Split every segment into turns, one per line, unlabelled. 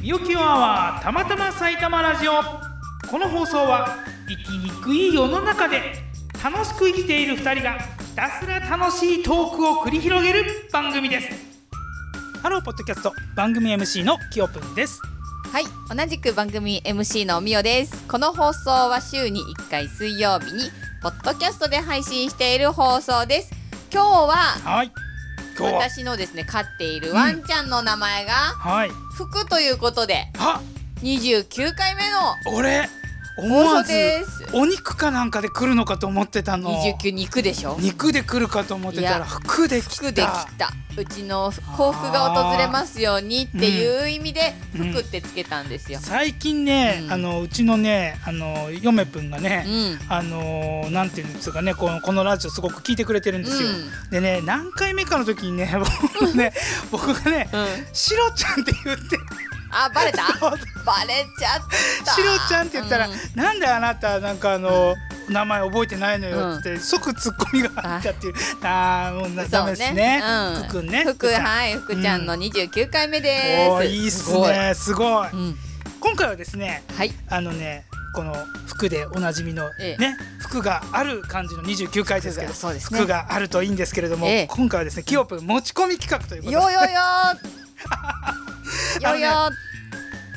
ぴよきよアワーたまたま埼玉ラジオこの放送は生きにくい世の中で楽しく生きている2人がひたすら楽しいトークを繰り広げる番組ですハローポッドキャスト番組 MC のきよぷんです
はい、同じく番組 MC のみおです。この放送は週に1回水曜日にポッドキャストで配信している放送です。今日は
はい今日は
私のですね飼っているワンちゃんの名前が
はい
福ということで
あ
29回目の
俺思わ
放送
ず
です。
お肉かなんかで来るのかと思ってたの
29肉でしょ。
肉で来るかと思ってた
い
ら
や
服で来た
福で来た。うちの幸福が訪れますようにっていう意味で
うん
福ってつけたんですよ。
最近ね、
うん
あのうちのねあの嫁ぷんがね、
うん。
あのーなんていうんですかねこのこのラジオすごく聞いてくれてるんですよ、
う
でね何回目かの時にね 僕ね僕がね
うん。
「シロちゃん」って言って
あ、バレた。
そう
バレちゃった。
シロちゃんって言ったら「
う
なんであなたなんかあの名前覚えてないのよ」って、即ツッコミがあったっていうああーもうなダメですね
そう
福くんね
福
福ちゃん
はい、福ちゃんの二十九回目です。
おーいいっすねすごい
すごい。うん、
今回はですね
はい、
あのねこの服でおなじみの
ええ
ね服がある感じの29回ですけど
服がそうですね
服があるといいんですけれども
ええ
今回はですねキヨプン持ち込み企画というこ
よ
と
よ
で
よ。
あ
よ
のね
よ、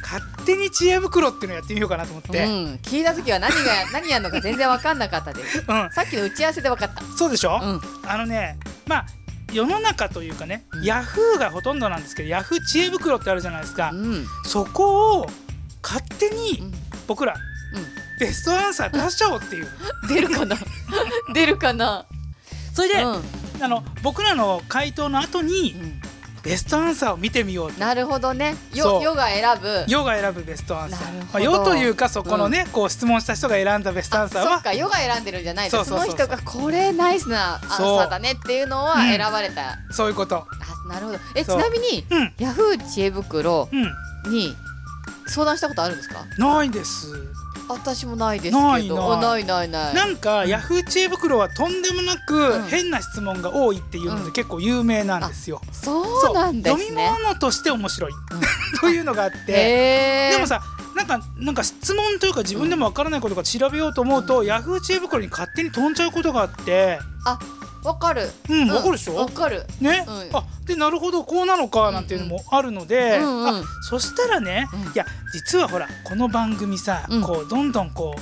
勝手に知恵袋っていうのやってみようかなと思っ
う
て
ん、聞いた時は何 が、何やるのか全然わかんなかったです。
うん
さっきの打ち合わせでわかった。
そうでしょ
うん、
あのねまあ世の中というかね
うん
ヤフーがほとんどなんですけどヤフー知恵袋ってあるじゃないですか
うん、うん、
そこを勝手
う
に
ん
僕らベストアンサー出しちゃおうっていう
出るかな。 出るかな。
それで
うん、う
あの僕らの回答の後に
ん、
ベストアンサーを見てみよう
なるほどね。
そ
よ、
う
よが選ぶ。
世が選ぶベストアンサ
なる
ー。まあ、
ほど
世というかそこのね、こう質問した人が選んだベストアンサー
そっ
は
か、ヨガ選んでるんじゃないで
そう
す。そ
そうそう
の
そう
人がこれナイスなアンサーだねっていうのは
そううん
選ばれた。
そういうこと。
あ、なるほど。え、ち
そう
なみに
うん
ヤフー知恵袋
うん
に相談したことあるんですか？
ないです。
私もないですけ
ないない
ど、あないないない。
なんかヤフー知恵袋はとんでもなく
うん
変な質問が多いっていうの
う
で
ん
結構有名なんですよ。
そうなんで
読み
すね。
物として面白い、
う
というのがあって、
へ
で
え。
もさなんかなんか質問というか自分でもわからないことが調べようと思うと、
う
ヤフー知恵袋に勝手に飛んじゃうことがあって、
わかる。
うん、
うん
わかるでしょ
わ。かる。
ね、
うん
あでなるほどこうなのかなんていうのもあるので、
うんうんう
あ
ん
そしたらね、
うん
いや実はほらこの番組さ、
うん
こうどんどんこう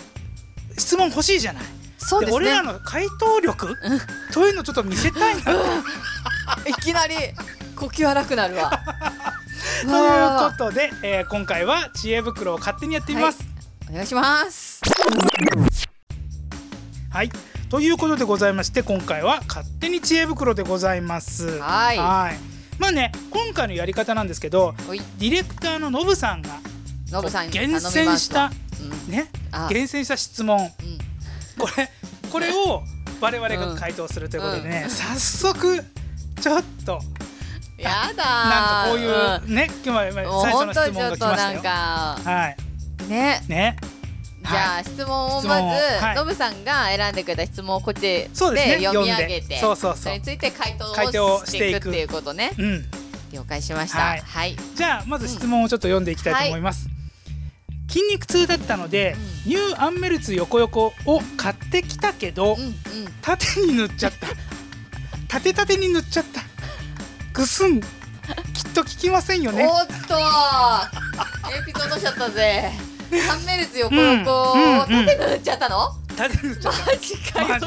質問欲しいじゃない。
そうです
俺ら
ね。
の回答力、というのをちょっと見せたいなというこ
いきなり呼吸荒くな るわ。と
と で、えー今回は知恵袋を勝手にやってみます。
お願いします。
はい、ということでございまして今回は勝手に知恵袋でございます。
はい
まあね今回のやり方なんですけど
おい、
ディレクターのノブさんが
ノブさんに頼み
厳
ます。
選した
うん。
ね
あ、
厳選した質問
うん。
これこれを我々が回答するということでね、早速ちょっと
やだー。
なんかこういう
うん
ね、今今
もう
最初
本
の
当
質
にち
問が
ょっ
来
と
ました
なん
よ。
か
はい
ね
ね
じゃあ質問を
質
ま
問
ず
をはい
ノブさんが選んでくれた質問をこっちで
そうですね
読み上げて
そうそうそ
れ
う
について回
回
答
答
を
を
していく
していく
っていうこ とね
うん
了解しまし
は
た
い
はい
じゃあまず質問をちょっと読んでいきたいと思います、筋肉痛だったので、ニューアンメルツ横横を買ってきたけど、
うんうん
縦に塗っちゃ った縦縦に塗っちゃったぐすんきっと聞きませんよね
おっとーエピソードしちゃった ぜハンメルツ横横
うんうんうん
縦塗っちゃったの
縦に塗っちゃっ
マジかよ
マジ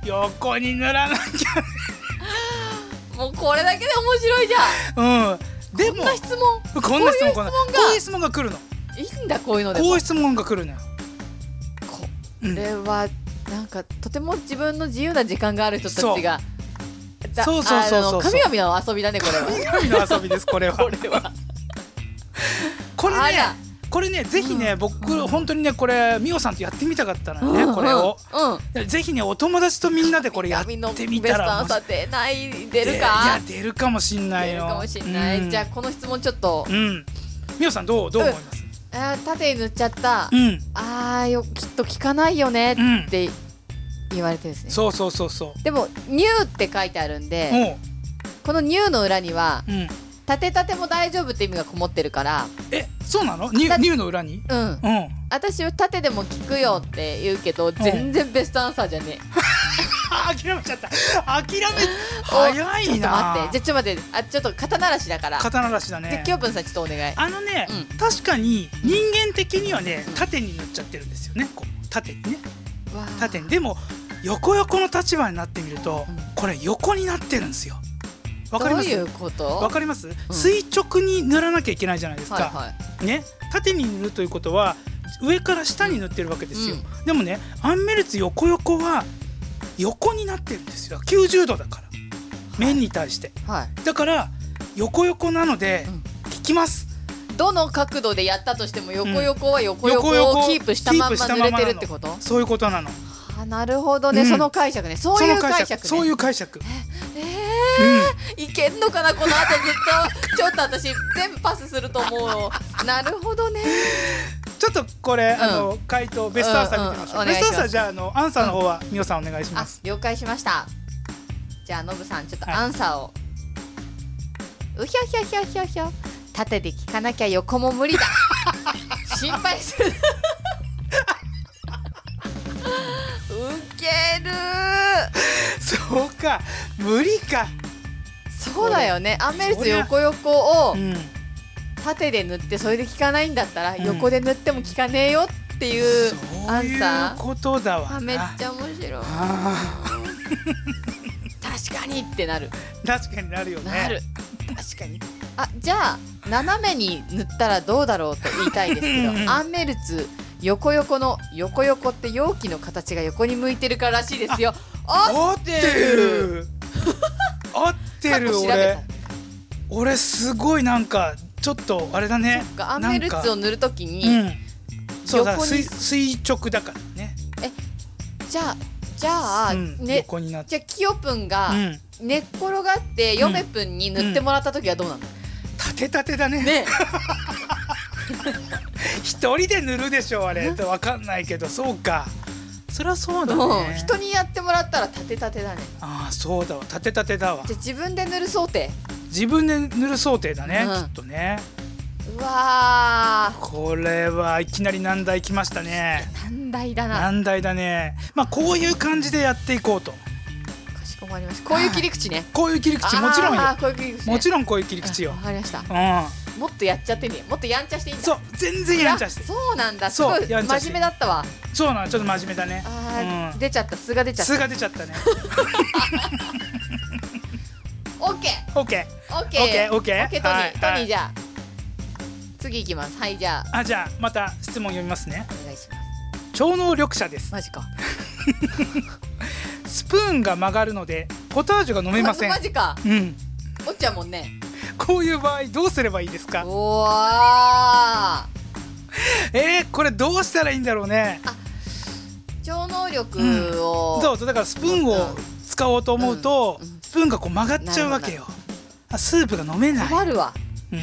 横に塗らなき
もうこれだけで面白いじゃ
ゃうんで
ん
も
こんな質問
こんな質問こんな
こういう質問が
こういう質問が来るの
いいんだこういうのでも
こういう質問が来るのよ
こ
うん
れはなんかとても自分の自由な時間がある人たちがだ
そうそうそうそう
あの神々の遊びだねこれは
神々の遊びですこれはこれ
は
ね
あら
これねぜひね、僕、
うん
本当にねこれミオさんとやってみたかったのよねこれを、
うん
ぜひねお友達とみんなでこれやっ
神々
て
の
み
ベ
た
スト
ら
アンサ
もし
ー出ない出る
い
か
や出るかもしんない
出る
よ
かもしれない、
うん、
じゃあこの質問ちょっと、
うんミオさんどうどう思います
あー縦に塗っちゃった、
うん、
あーよきっと聞かないよね
うん
って言われてですね、
そうそうそうそう
でも「ニュー」って書いてあるんで
も
この「ニュー」の裏には
う、うん、
「立てたても大丈夫って意味がこもってるから
えそうなのニューニューの裏に
うん
うん
私は縦でも聞くよって言うけど全然ベストアンサーじゃねえ
あ諦めちゃった諦め
お
早
ちょっ
い
と
な
待ってじゃあちょっと待ってあちょっと肩慣らしだから
刀出しだね
じゃあきょうぶんさんちょっとお願い
あのね、
う
確かに人間的にはね縦に塗っちゃってるんですよねこう縦にね
わあ
縦にでも横横の立場になってみると、
うん
これ横になってるんですよわかり
ど
ま
うい
す
うこと
わかります、垂直に塗らなきゃいけないじゃないですか、
はいはい
ね縦に塗るということは上から下に塗ってるわけですよ、でもねアンメルツ横横は横になってるんですよ90度だから面に対して
はい
だから横横なので
うん
効きます、
どの角度でやったとしても横
うん
横は横
横横
横をキープしたまん
キープ
ま
した
濡
ま
れ
ま
てるってこと
そういうことなの
あなるほどね、
うん
その解釈ねそういう解釈ね
そういう解釈、
え
うん
ー、いけんのかなこの後ずっとちょっと私全部パスすると思 うなるほどね
ちょっとこれ、
ん
あの回答ベストアンサー見てみましょう、
うんうん
ベ
お願い
ス
し
トア
ます
ンサーじゃああのアンサーの方はみおさんお願いしま
あ
す、
了解しましたじゃあノブさんちょっとアンサーを、うひょひょひょひょひょ縦で聞かなきゃ横も無 理だ心配するウケる
そうか無理か
そうだよねアンメル
そ
ス
りゃ
横横を
うん
縦で塗ってそれで聞かないんだったら
うん
横で塗っても聞かねえよっていう
そ
ア
う
ン
いう
サー
ことだわ
あめっ
な
ちゃ面白い
あ
確かにってなる
ー確かになるよね
なる
確かに
あじゃあ斜めに塗ったらどうだろうと言いたいですけ
うんう
ど
ん
アンメルツ横横の横横って容器の形が横に向いてるかららしいですよ
合
あ
ってる合って
過
る
去調べた
俺俺すごいなんかちょっとあれだね
そっかアンメルツを塗るとき
う
に、
んそうだ
横に
垂垂直だからね
じゃあじゃあ、
うん
ね
横になって
じゃあキヨプンが
うん
寝っ転がってヨメプンに塗ってもらった時はどうなの、
立て立てだね
ね
一人で塗るでしょあれってわかんないけどそうかそりゃそうだ
うん
ね
人にやってもらったら立て立てだね
ああそうだわ立て立てだわ
じゃあ自分で塗る想定
自分で塗る想定だね、
うん
きっとね
うわ
これはいきなり難題きましたね
ー難題だな
難題だねまあこういう感じでやっていこうと
かしこまりましたこういう切り口ね
こういう切り口もちろんよ
あーこういう切り口ね
もちろんこういう切り口よ
わ、かりました。
う
もっとやっちゃってね。もっとやんちゃしていいん
ん、
だ。
そう全然やんちゃして
あそうなんだ。す
そう
ごい
やんちゃして
真面目だったわ。
そうなのちょっと真面目だね
あー
うん
出ちゃった。素が出ちゃった。
数が出ちゃったね
オッケー。
オッケー
オッケー。
オッケー
オ
オッ
ッ
ケ
ケ
ー
ー。トニ
はい
ー。ト
は
ニー
い
じゃあ。次行きます。はいじゃあ
あじゃあまた質問読みますね
お願いしま
超能力者です
す。マジか。
スプーンが曲がるのでポタージュが飲めません
マジか。
うん
落ちちゃうもんね。
こういう場合どうすればいいですか
おわー。
えー、これどうしたらいいんだろうね
超能力を。
そうそうだからスプーンを使おうと思うと、
うんうん
スプーンがこう曲がっちゃうわけよあスープが飲めない、
困るわ。
うん、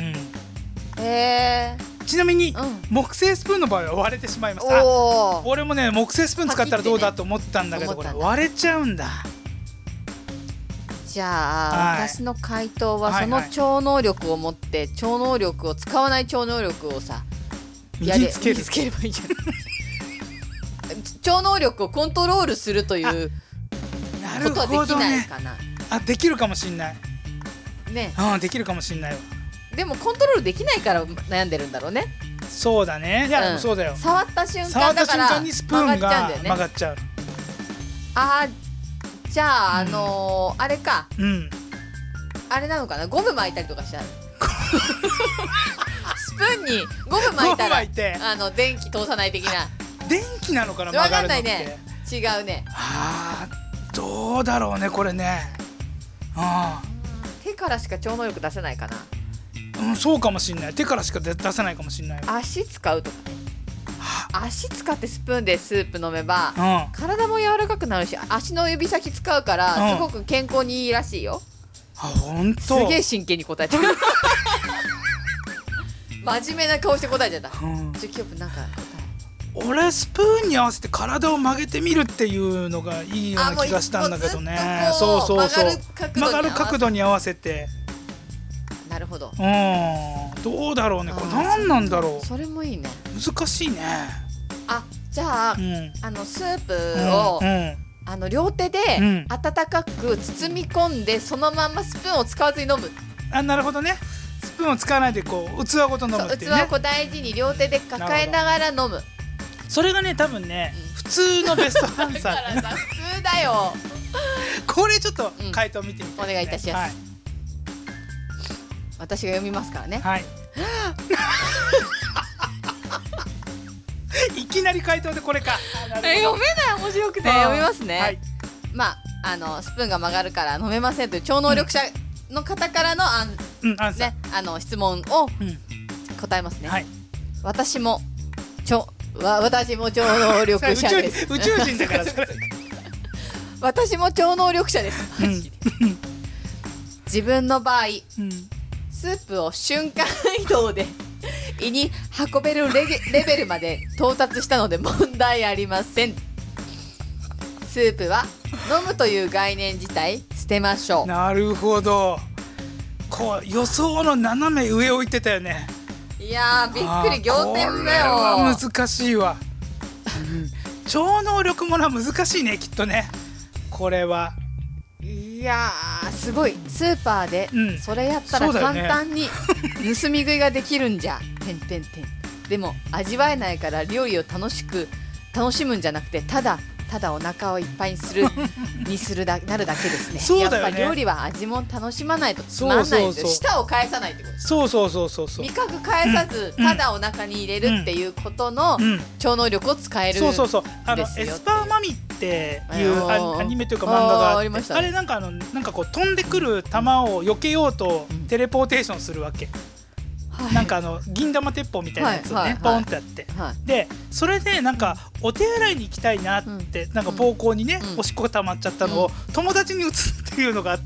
へえ。
ちなみに、
うん。
木製スプーンの場合は割れてしまいますあ
おお。
俺もね木製スプーン使ったらどうだと思ったんだけど、
パ
こ
キッ
れ
てね
割れちゃうんだ
じゃあ、
はい
私の回答は
は
そ
い
の
はい
超能力を持って超能力を使わない超能力をさ。
身につける
身につければいいじゃん超能力をコントロールするという
な
こ
る
とはで
ほ
き
ど
ない
ね
かな
あできるかもしんない
ね
うんできるかもしんないわ
でもコントロールできないから悩んでるんだろうね
そうだねいや、
うん
そうだよ
触った瞬
触
間
った
だか
瞬
ら
間にスプーン
曲がっちゃうん
が
だよね
曲がっちゃう
あーじゃああのーあれか
うん
あれなのかなゴム巻いたりと かしたらスプーンにゴム巻いた
ゴム
ら
巻いて
あの電気通さない的な
電気なのかな曲が
わかん
るのっ
ない
て
ね違うね
あーどうだろうねこれねあ
手からしか超能力出せないかな
ーうんそうかもしんない手からしか出出せないかもしんないわ
足使うとかね足使ってスプーンでスープ飲めば
うん
体も柔らかくなるし足の指先使うから
うん
すごく健康にいいらしいよ、
あ本当
すげえ真剣に答えてる 真面目な顔して答えちゃった
うん
ちょキヨプなんか答
俺スプーンに合わせて体を曲げてみるっていうのがいい
え
ような気がしたんだけどね
あもう一個
そう
ず
そ
っと
うそ
こ
う
う曲
曲
が
が
る
る
角
角
度
度
に
に
合
合
わ
わせて
なるほど
うんどうだろうねこれ
あー
何なんだろ
それもいいね
う難しいね
あじゃあ
うん
あのスープを、
うん
あの両手で
うん
温かく包み込んでそのままスプーンを使わずに飲む
あなるほどねスプーンを使わないでこう器ごと飲む
そう
ってい
器
うね
をこう大事に両手で抱えながら飲む
それがね多分ね
うん
普通のベストアン
だ
サ
か
ーだ
ら
ね
さ普通だよ
これちょっと
うん
回答見てみたい、ね
お願いいたします私が読みますからね
はい、 はい、いきなり回答でこれかあなるほど
めない面白く
あー
読みますね、
はい、
まああのスプーンが曲がるから飲めませんという超能力者の方からのあん、
うんアンサー、
ね、あの質問を
うん
答えますね、
はい
私も超わ私も超能
それ
力
宇宙
者 です
人宇宙人だから それ
私も超能力者です、
うん
マジで自分の場合
うん
スープを瞬間移動で 胃に運べるレゲレベルまで到達したので問題ありませんスープは飲むという概念自体捨てましょ
なるほどこう予想の斜め上を行ってたよね
ういやーびっくり
あー
仰天だ
これは
よ
難しいわ、超能力ものは難しいねきっとねこれはい
やーすごいスーパーで
うん
それやったら
そうだよ
簡
ね
単に盗み食いができるんじ ゃ、てんてんてんでも味わえないから料理を楽しく楽しむんじゃなくてただただお腹をいっぱいにす るにするだなるだけですね
そうだよね
やっぱ料理は味も楽しまないとつまんない
そう
んですよ
そうそう
舌を返さないってことです
そうそうそうそうそう
味覚返さず、
うん
ただお腹に入れるっていうことの
うん
超能力を使える
そうそうそうあの
ですよ
エスパーマミっていう
あー
アニアニメというか漫画
あー
が
あ
あ
り
っ
ましてた
あ
ね
れなんかあのなんかこう飛んでくる球を避けようと
うん
テレポーテーションするわけ、
はい
なんかあの銀玉鉄砲みたいなやつをね、
はいはいはい
ポンってやって
はい
でそれでなんかお手洗いに行きたいなって、なんか膀胱にね、
うん
おしっこが溜まっちゃったのを友達に移すっていうのがあって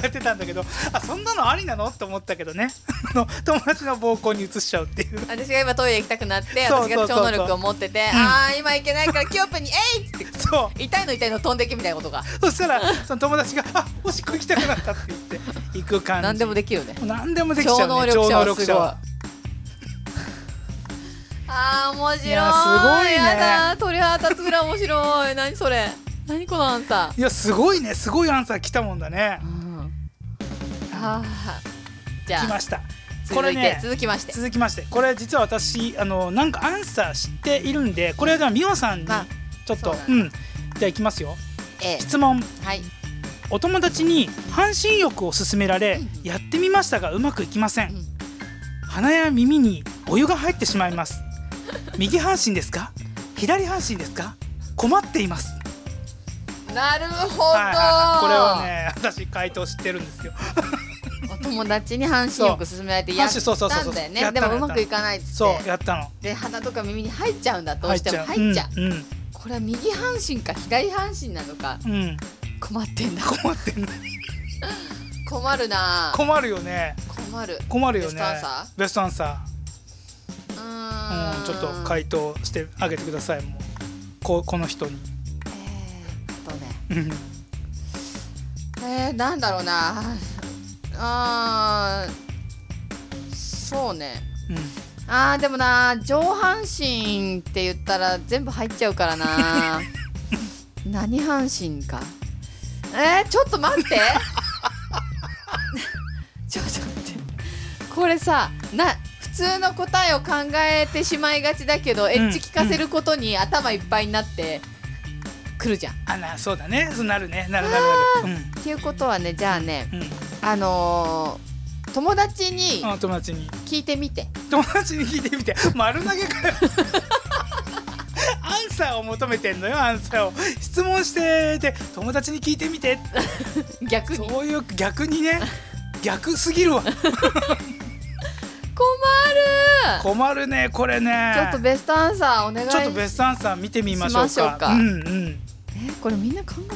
やって たんだけどあそんなのありなのって思ったけどね あの友達の膀胱に移しちゃうっていう
私が今トイレ行きたくなって
そうそう
私
そう
が超能力を持っててああ今行けないからキヨプに「えい!」っつって
そう
痛いの痛いの飛んでけみたいなことが
そしたらその友達が「あおしっこ行きたくなった」って言って行く感じ
何でもできるね
何でもできちゃ
超
う
能
ね
力者はすご
力
い
は
あー面白い
いやすごいね
やだ鳥肌立つぐらい面白い何それ何このアンサ
いやすごいねすごいアンサー来たもんだね
ー、あーじゃ
来
あ
ましたこ
続
れ
いて、
ね
続きまして
続きましてこれ実は私あのなんかアンサー知っているんでこれはでは美穂さんに
あ
ちょっと
そううなん
じゃあいきますよ
A
質問
はい
お友達に半身浴を勧められ
うん
やってみましたがうまくいきませ
うんん
鼻や耳にお湯が入ってしまいます右半身ですか左半身ですか困っています
なるほど、
はいはいはいこれはね私回答知ってるんですよ
お友達に半身浴勧められてやった
そうそうそ
ん
うそ
だ
う
よ
や
ね
った
で
の
もうまくいかないっつって
そうやったの
で鼻とか耳に入っちゃうんだどうしても入
入
っ
っち
ちゃ
ゃ
う、
ううん
これは右半身か左半身なのか
うんうん
困ってんだ
困ってんの
困るな
困るよね
困る
困るよね
ベストアンサ
ベストアンサ
うー
ー
ん
うんちょっと回答してあげてくださいもうここの人に
えーっと
う
ね
ん
えー、なんだろうなあーそうねあーでもな上半身って言ったら全部入っちゃうか らな何半身かえー、ちょっと待って ちょっと待ってこれさな普通の答えを考えてしまいがちだけど、エッジ聞かせることに頭いっぱいになってくるじゃん。っ
あなそうだねそうなるねなるなるなる
ていうことはねじゃあね
うん
あのー、友達に
うんあ友達に
聞いてみて。
友達に聞いてみて丸投げかよアンサーを求めてんのよアンサーを質問してで友達に聞いてみて
逆に困
そういう逆にね逆すぎるわ
る
困るねこれね
ちょっとベストアンサーお願い
ちょっとベストアンサー見てみましょうか
しましょうか
うんうん
えこれみんな考え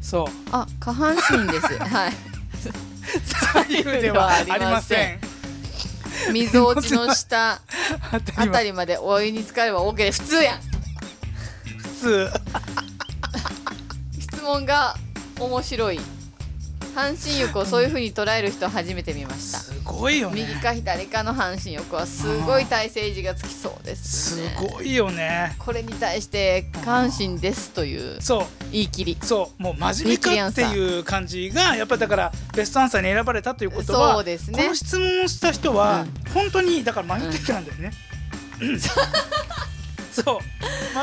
そう
あ下半身で すはい
左右ではありませ ん
みぞおちの下
当た
あ
り
た
前
りまでお湯に浸かれば OK で普通やん
普通
質問が面白い半身浴をそういう風に捉える人初めて見ました
すごいよね
右か左かの半身横はすごい体勢維持がつきそうです
す
ね、
ごいよね
これに対して「関心です」という
そう
言い切り
そうもう真面目かっていう感じがやっぱりだからベストアンサーに選ばれたということは
そうですね
この質問をした人は本当にだから迷ってたんだよ ね、そう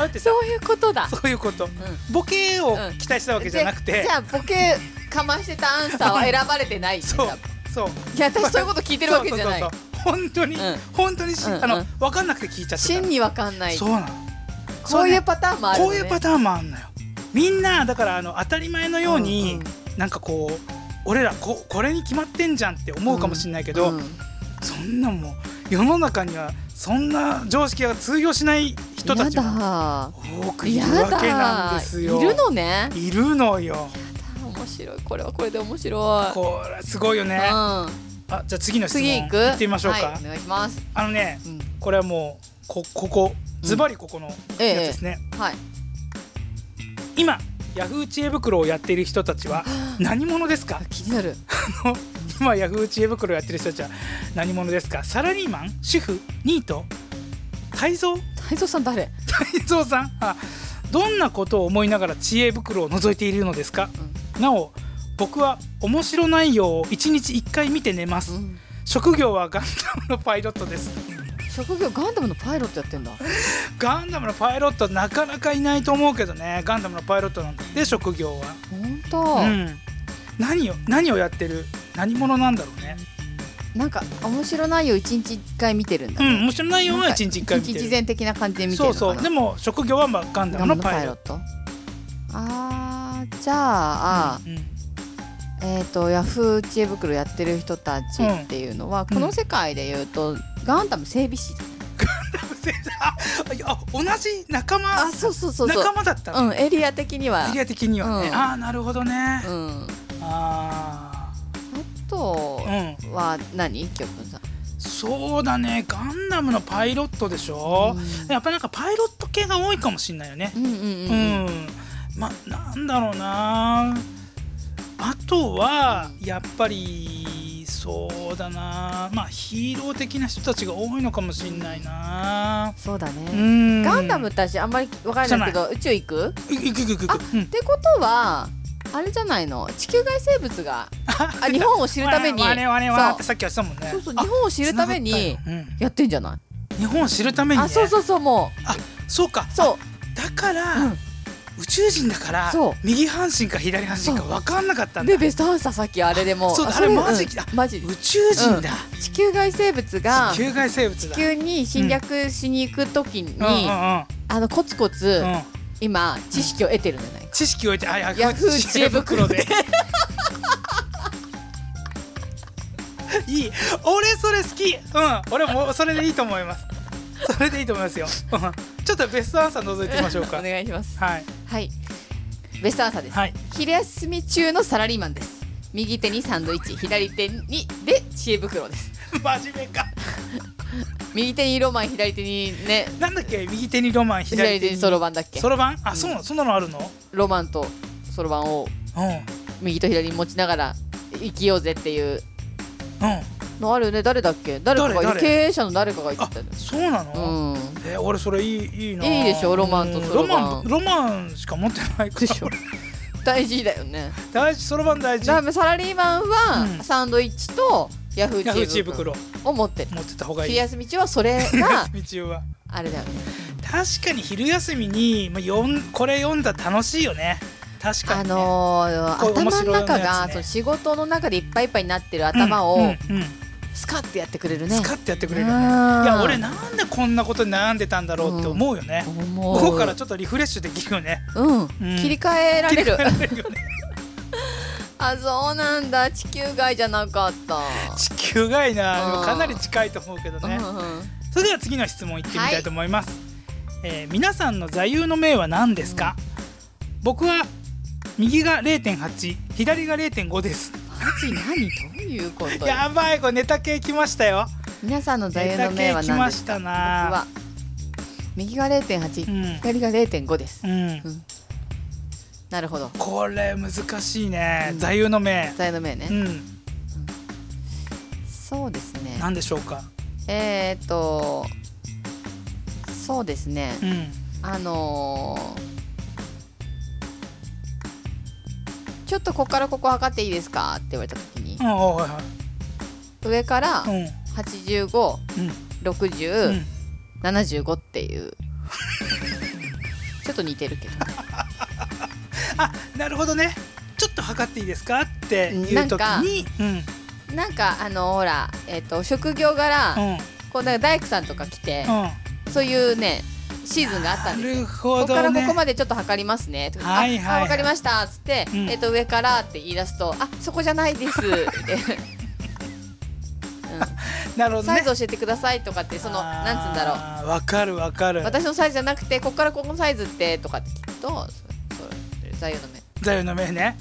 迷ってた
そういうことだ
そういうこと、ボケを期待したわけじゃなくて、
でじゃあボケかましてたアンサーは選ばれてない、ね、
そう
多分
そう
いや私そういうこと聞いてるわけじゃない
そうそうそうそう本当に、
うん
本当にし、
うんうん
あの分かんなくて聞いちゃってた
真にわかんない
そうなの
こういうパターンもある
こ
の
う
ね
いうパターンもあんのよみんなだからあの当たり前のように、
うんうん
なんかこう俺らここれに決まってんじゃんって思うかもしれないけど、
うん
そんなもう世の中にはそんな常識が通用しない人たち
や
が
だ
多くいるわけなんですよ。
いるのね
いるのよ。
面白いこれはこれで面白い
これすごいよね。あ
うん
じゃあ次の質問
次
行
行く
ってみましょうか。
はい、お願いします、
あのね
うん、
これはもうこここズバリここのやつ
ええ
ですね。
はい
今ヤフー知恵袋をやっている人たちは何者ですか
あ気になる
あの今ヤフー知恵袋をやってる人たちは何者ですかサラリーマン主婦ニート泰造
太蔵さん誰
泰造さんあどんなことを思いながら知恵袋を覗いているのですか、なお僕は面白内容を1日1回見て寝ます、
うん
職業はガンダムのパイロットです
職業ガンダムのパイロットやってんだ
ガンダムのパイロットなかなかいないと思うけどねガンダムのパイロットなんで職業は
本当、
うん何を何をやってる何者なんだろうね
なんか面白内容一日一回見てるんだ
う
ね、
ん面白い内容は1日1回見て
一
る
日前的な感じで見て
そ
るの
う
かな
そうでも職業はまあガンダ
ガン
ムの
ダムの
パ
パ
イ
イ
ロ
ロ
ッ
ットあーじゃあ、
ト、うん
えっ、とヤフー知恵袋やってる人たちっていうのは、
うん
この世界でいうとガンダム整備士だ、
ああ同じ仲間
あそうそうそうそう
仲間だったの
うんエリア的には
エリア的にはね、
うん
ああなるほどね、
うんあ
あ
と
あうん
は何きょくんさん
そうだねガンダムのパイロットでしょ、やっぱなんかパイロット系が多いかもしんないよね
うんうん
う、
うんんうん
まあなんだろうなあとはやっぱりそうだなまあヒーロー的な人たちが多いのかもしんないな
そうだね、
うん
ガンダムって私あんまりわからないけど宇宙行く
いいくいくいくいくうん
ってことはあれじゃないの地球外生物が あ日本を知るために
わねわねわねわねって
そ
さっきはしたもんね
うそうそう
あ
日本を知るために
繋がったよ
やってんじゃない、
うん日本を知るためにね
あそうそうそうも
そうか
うそう
あだから、
うん
宇宙人だから
そう
右半身か左半身か分かんなかったんだ
でベストアンサーさっきあれでも
あそうだ
れ
あれマジ
うんマジ
宇宙人だ、
地球外生物が
地球外生物だ
地球に侵略しに行くときに、
うんうん
あのコツコツ、
うんうん
今知識を得てるんじゃない
知識を得てあヤ
ヤ フー知恵袋で
いい俺それ好きうん俺もそれでいいと思いますそれでいいと思いますよ、うんちょっとベストアンサー覗いてみましょうか
お願いします
はい
はいベストアンサーです、
はい
昼休み中のサラリーマンです右手にサンドイッチ左手にで知恵袋です
真面目か
右手にロマン左手にね
なんだっけ右手にロマン
左
左手
手に
に
そろばんだっけ
そろばんあ、そうなのそんなのあるの
ロマンとそろばんを
うんうん
右と左に持ちながら生きようぜっていうのあるよね誰だっけ誰かが
誰誰
経営者の誰かが言ってたよ
あそうなの、
うん
え俺それいいいいない
いでしょロマンとそろば
ロマン
ん
ロマンしか持ってないから
で しょ大事だよね
大事そろばん大事
だからサラリーマン
う
は
ん
サンドイッチとヤフ
ヤフー
ー
知
チ
恵
ーブ
袋
を持ってる
持ってた方がいい
昼休み中はそれ が
昼休み中は
あれだよね
確かに昼休みに、まあ、よんこれ読んだら楽しいよね確か
あ
に、ね、
のー
こう面
頭
白
の
いやつね
中がその仕事の中でいっぱいいっぱいになってる頭
うんうん
を
うん
スカッてやってくれるね
スカッてやってくれるよねいや
や
俺なんでこんなことに悩んでたんだろうって思うよね、
思う
ここからちょっとリフレッシュできるよね
うん、
ん
切り替えら れる
切り替えられるよね
あそうなんだ地球外じゃなかった、
地球外なでも
うん
かなり近いと思うけどね、
うんうん
それでは次の質問いってみたいと思います、えー皆さんの座右の銘は何ですか、僕は右が0.8左が0.5です
マジ何どういうことよ
やばいこれネタ系きましたよ
皆さんの座右の銘
ネタ
は
系来
何
ま
で
し
す
た
か
な
僕は右が0.8、
うん
左が0.5です、
うん
うんなるほど
これ難しいね、
うん
座右の銘
座右の銘ね、
うん
そうで
何でしょうか
えー、っとそうですね
うん
あのーちょっとここからここ測っていいですか?」って言われた時に
ああはいは
上から
い
856075
うんうんうん
っていう ちょっと似てるけど
あなるほどねちょっと測っていいですかっていう時にうん
なんかあのほら、えっと職業柄、
うん
こうなんか大工さんとか来て、
うん
そういうねシーズンがあった
なん
ですよ
る
こ
ほ
こから
ど
こ
ね
こまでちょっと測りますねとか
はいはいはい
ああわかりましたっつって、
うん
えっと上からって言い出すとあそこじゃないですって、
なるほ
うん、
ど
サ
ね
イズ教えてくださいとかってそのなんつうんだろう
ろうわかるわかる
私のサイズじゃなくてここからここのサイズってとかって聞くとそそう座右の目
座右の銘ね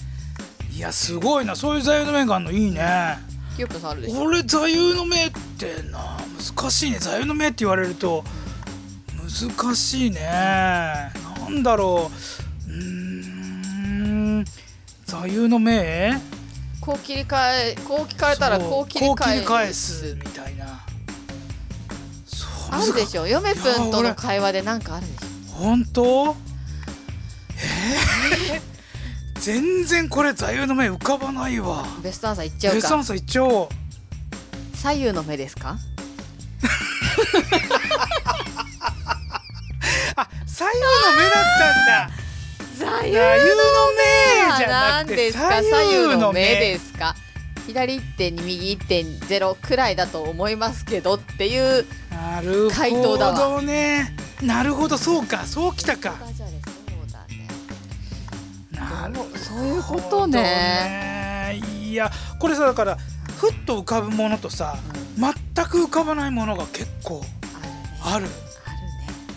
いやすごいなそういう座右の銘があるのいいね
キュープさんあるでしょ
俺座右の銘ってな難しいね座右の銘って言われると難しいねなんだろううーん座右の銘
こう切り替えこう聞かれたら
そう
こう切り替え
こう切り返すみたいなそう
あるでしょ嫁ぷんとの会話でなんかあるでしょ
本当えー、 全然これ座右の銘浮かばないわ
ベストアンサーいっちゃう
デサ
か
ンさん一応
左右の目ですか
あ左右の目だったんだ
左
座
右
右の銘じゃな
なん
くて
ですか左
左右
右
の
の
目
目ですか左1.2右1.0くらいだと思いますけどっていう
なる
回答だ
ほど
わ
ねなるほどそうかそうきたか
そうだね
なるほど
そういうことね
いやこれさだからふっと浮かぶものとさ全く浮かばないものが結構ある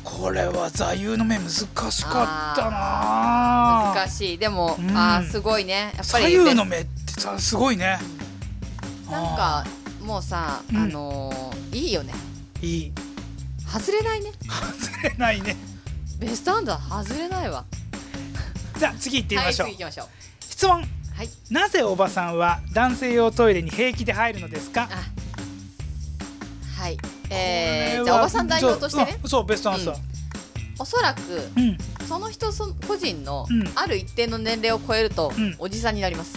これは座右の銘難しかったな
難しいでも、
うん
あーすごいねやっぱり
左右の目ってさすごいね
なんかもうさ、
うん
あのーいいよね
い い
外れないね
外れないね
ベストアンダー外れないわ
じゃあ次行ってみましょう、
はい次行きましょう
質問
はい
なぜおばさんは男性用トイレに平気で入るのですか
あはいえ
これは
ー、じゃあおばさん代表としてね
うんそうベストアンサー
おそらく
うん
その人そ個人の
うん
ある一定の年齢を超えると
うん
おじさんになります、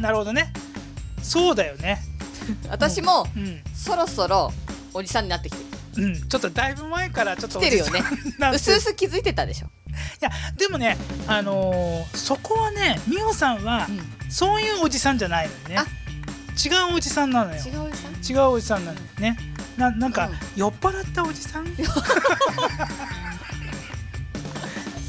なるほどねそうだよね
私も
うん
そろそろおじさんになってきてる
うんちょっとだいぶ前からちょっと
来てるよね
おじさんなん
う
です
うす気づいてたでしょ、
いやでもねあのーそこはね美穂さんは
うん
そういうおじさんじゃないのよね
あ
違うおじさんなのよ
違うおじさん
違うおじさんなのよねななんか、
うん
酔っ払ったおじ さん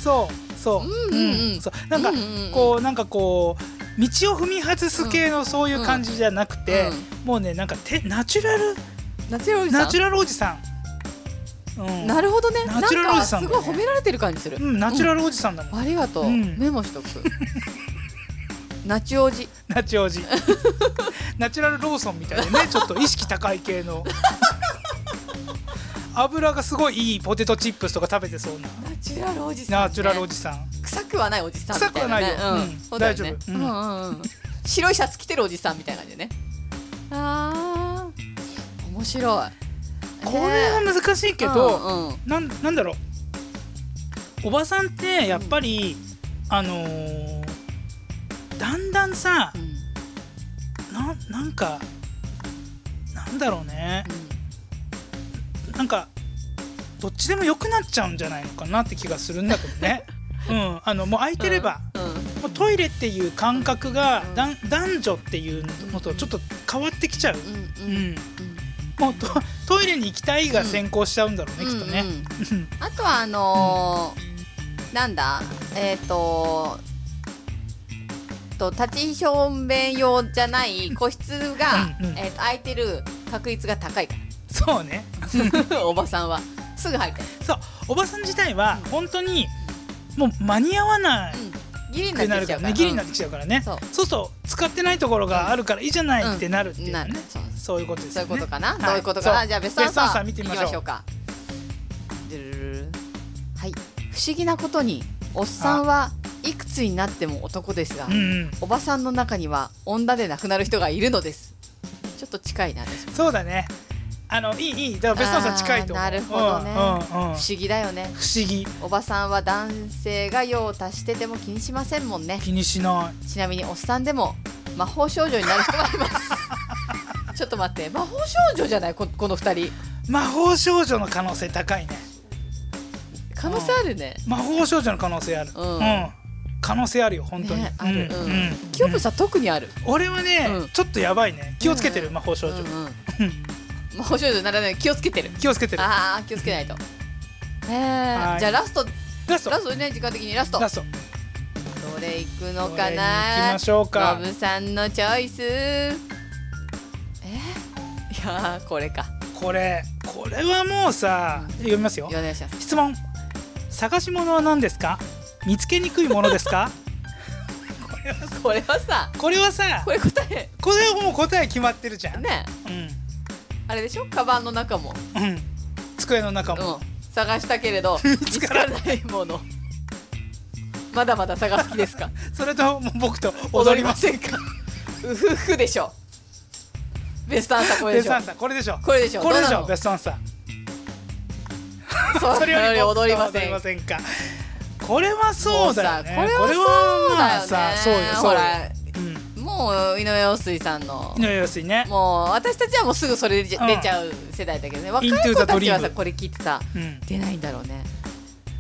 そうそう
うんうんうん
そうなんか、
うんうんうん
こうなんかこう道を踏み外す系のそういう感じじゃなくて、もうねなんかてナチュラル
ナチュラルおじさ
ナチュ
ん
ラルおじさん、うん
なるほどねな
ナ
ん
チュラルお
か
じさ
す
んだね
ごい褒められてる感じする、
うん、ナチュラルおじさんだもん、
ありがとう、
うん
メモし とくナチュおじ
ナチおじ ナチュラルローソンみたい なねちょっと意識高い系の油がすごいいいポテトチップスとか食べてそうな
ナチュラルおじさん、ね、
ナチュラルおじさん
臭くはないおじさんみ
臭く
た
はい
な、
ない
ね
よ、、
うん
う
そ
ん
うだ
大
よ
丈
ね
夫、
う
うんん
うんうん、白いシャツ着てるおじさんみたいな感じでねあー面白い
これは
ね
難しいけど、
うんうん
なんなんだろうおばさんってやっぱり、あのーだんだんさ
うん
ななんかなんだろうねなんかどっちでも良くなっちゃうんじゃないのかなって気がするんだけど ね。うん、あのもう空いてれば、
うんうん
もうトイレっていう感覚が、
うん
だん男女っていうのとちょっと変わってきちゃう、
う
うん
うん
ん、もうとトイレに行きたいが先行しちゃうんだろうね、
うん
きっとね
う、んうんあとはあのーなんだえっ、とと立ち小便用じゃない個室が、
うんうん
えーと空いてる確率が高いか
そうね
らおばさんはすぐ入って
そうおばさん自体は本当にもう間に合わない
うんギリに
く
な
な
って
るか
きちゃ
らね
うから
ギリになってきちゃうからね
そう
そうそう使ってないところがあるからいいじゃないってなるっていう
な
ね
るそう
そういうことです
そうい
よ
うこ
ね
とかな、
はい
どういうことか
そ
な
う
じゃあベストア
ベ
ンサ
ストア
ー
ンサー見てみ
い
ま
き
しょう
ましょうかドゥルルルルはい不思議なことにおっさんはいくつになっても男ですが
うんうん
おばさんの中には女で亡くなる人がいるのですちょっと近いな私も
そうだねあのいいいいだからベストアンサー近いと思う
あーなるほどね
うんうんうん
不思議だよね
不思議
おばさんは男性が用を足してても気にしませんもんね
気にしな
ちなみにおっさんでも魔法少女になる人がいます ちょっと待って魔法少女じゃないここの二人
い魔法少女の可能性高いね
可能性あるね
魔法少女の可能性ある
う
うんん、可能性あるよ本当に、
ねあるうん
うん
キヨプさん特にある
俺はね、
うん
ちょっとやばいね気をつけてる、魔法少女、
うんうん
うん
魔法少女にならないように気をつけてる
気をつけてる
ああ気をつけないとえ
は
ー、
い
じゃあラスト
ラスト
ラストね時間的にラスト
ラスト
どれ行くの
こ
か
れに行き
な
ましょうか
ノブさんのチョイスえー、いやーこれか
これこれはもうさ読みますよ
お願いします
質問探し物は何ですか見つけにくいものです かこれは
これはさ
これはさ
これ答え
これはもう答え決まってるじゃん、
ね
う
あれでしょカバンの中も、
んうん、机の中
う
も、
ん、探した けれど見つからないものまだまだ探す気ですか
それともう僕と踊ります
せんかうふふでしょベストアンサーこれ
ベ
で
ス
し
ト
ょ
アンサーこれでしょ
これでしょ
これでし
どうな
ょ
の
ベストアンサー
それより
僕と
踊りません
踊りかこれはそうだよね
もうさこ
こ
れはそうだよね
れは
ほ
まあさ
ら
そうよそうよ、
もう井上陽水さんの
うん、井上陽水ね
もう私たちはもうすぐそれで
うん
出ちゃう世代だけどね若い
Into the
子たちは
Dream
さこれ聞いてさ
うん
出ないんだろうね、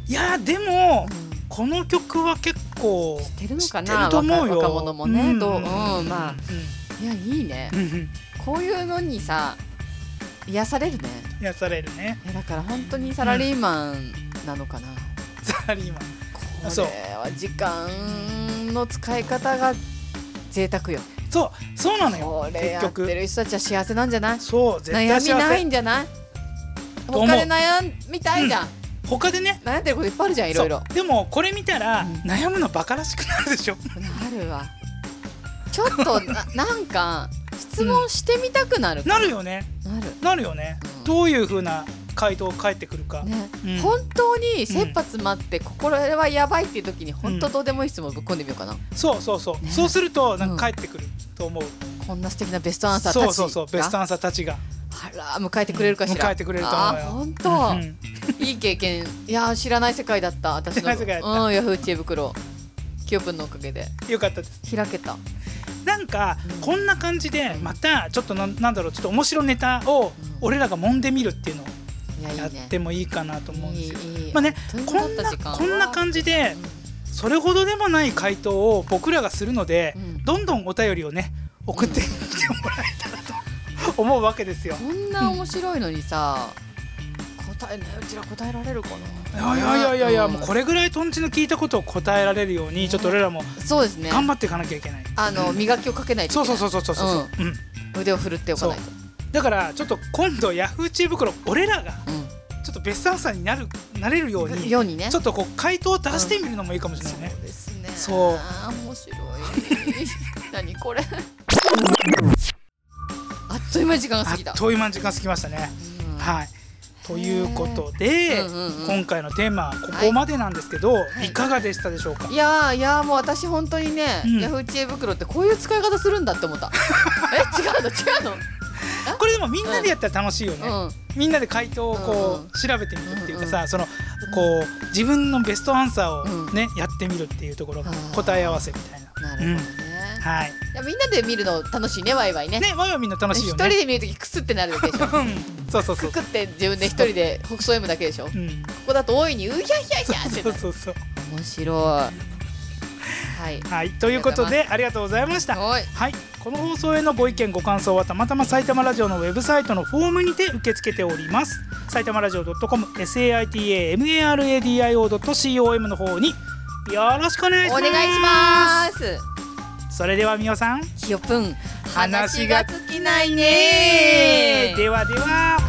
いやでも、
うん
この曲は結構
出るのか
知って
な
ると思うよ
若若者もね、
うん
どううんまあいやいいね
うんうん
こういうのにさ癒されるね
癒される ね
いやだから本当にサラリーマンなのかな、
サラリーマン
こ
そう
れは時間の使い方が贅沢よ
そうそうなの
こ
よ
れ
結
やって
局
る人たちは幸せなんじゃない
そう絶対幸
悩み
せ
ないんじゃない
と思う
他で悩みたいじゃん、
他でね
悩んでることいっぱいあるじゃんいろいろ
そうでもこれ見たら、
うん
悩むのバカらしくなるでしょ
なるわちょっ とななんか質問してみたくなる、
なるよね
なる
なるよね、
うん
どういう風な回答返ってくるか、
ね、
うん
本当に切羽詰まって、心はやばいっていう時に本当どうでもいい質問ぶっ込んでみようかな、
そうそうそう、
ね
そうするとなんか返ってくると思う、
こんな素敵なベストアンサーた
そ
ちが
うそうそうベストアンサーたちが
あら迎えてくれるかしら、
迎えてくれると思うよ
あ本当、
うん
いい経験いやー知らない世界だった私の
知らない世界だった
うん、ヤフー知恵袋キヨプンのおかげで
よかったです
開けた
なんか、
うん
こんな感じでまたちょっとなんなんだろうちょっと面白ネタを俺らが揉んでみるっていうのを
いやいい
や
ね
ってもいいかなと思うんですよ、
いいいい
まあね
あっという間
こ
だ
ん
った
な
時間は
こんな感じでそれほどでもない回答を僕らがするので、
うん
どんどんお便りをね送ってきてもらえたらと思うわけですよ。
こんな面白いのにさ、答えねうちら答えられるか
い
な。
やいやいやいやいや、
ん
もうこれぐらいとんちの聞いたことを答えられるように、ちょっと俺らも
そうですね。
頑張っていかなきゃいけない。
あの磨きをかけないと
そう
いけ
そう
ない。
そうそうそうそう、うん、
う。腕を振るっておかないと。
だからちょっと今度ヤフー知恵袋俺らがちょっとベストアンサーになるなれるよう
うん。
に
ようにね。
ちょっとこう回答を出してみるのもいいかもしれ
そ
な
う
いね。
ですね。
そう
あー面白い。何こ れ。あっという間に時間
あ
が過
っ
ぎた。
という間に時間過ぎましたね。
うん
はい。ということで、
うんうんうん
今回のテーマはここまでなんですけど、い、かがでしたでしょうか。
いやーいやーもう私本当にね、
うん
ヤフー知恵袋ってこういう使い方するんだって 思った。え違うの違うの。
これでもみんなでやったら楽しいよね。
うん。
みんなで回答をこ
うんうん
う調べてみるっていうかさ、そのこう自分のベストアンサーをね、やってみるっていうところが
うん
答え合わせみたいな。
なるほどね。
はい。
いやみんなで見るの楽しいねワイワイね
ね、わいはみんな楽しい
一
よ
人
ね。
で見るときクスってなるでしょ
うんそうそうそ
ク
う。
クって自分で一人で北総 M だけでしょこ
う ん。
こだと大いにうひゃひゃひゃって
そ
な
う
る
そうそう。
面白いはい
はい、ということでありがとうございました。
はい
はい、この放送へのご意見ご感想はたまたま埼玉ラジオのウェブサイトのフォームにて受け付けております埼玉ラジオ .com saitamaradio.com の方によろしくお願いし
お
ます
願いします
それではみおさん
すひよぷん
話が尽
きない
ではでは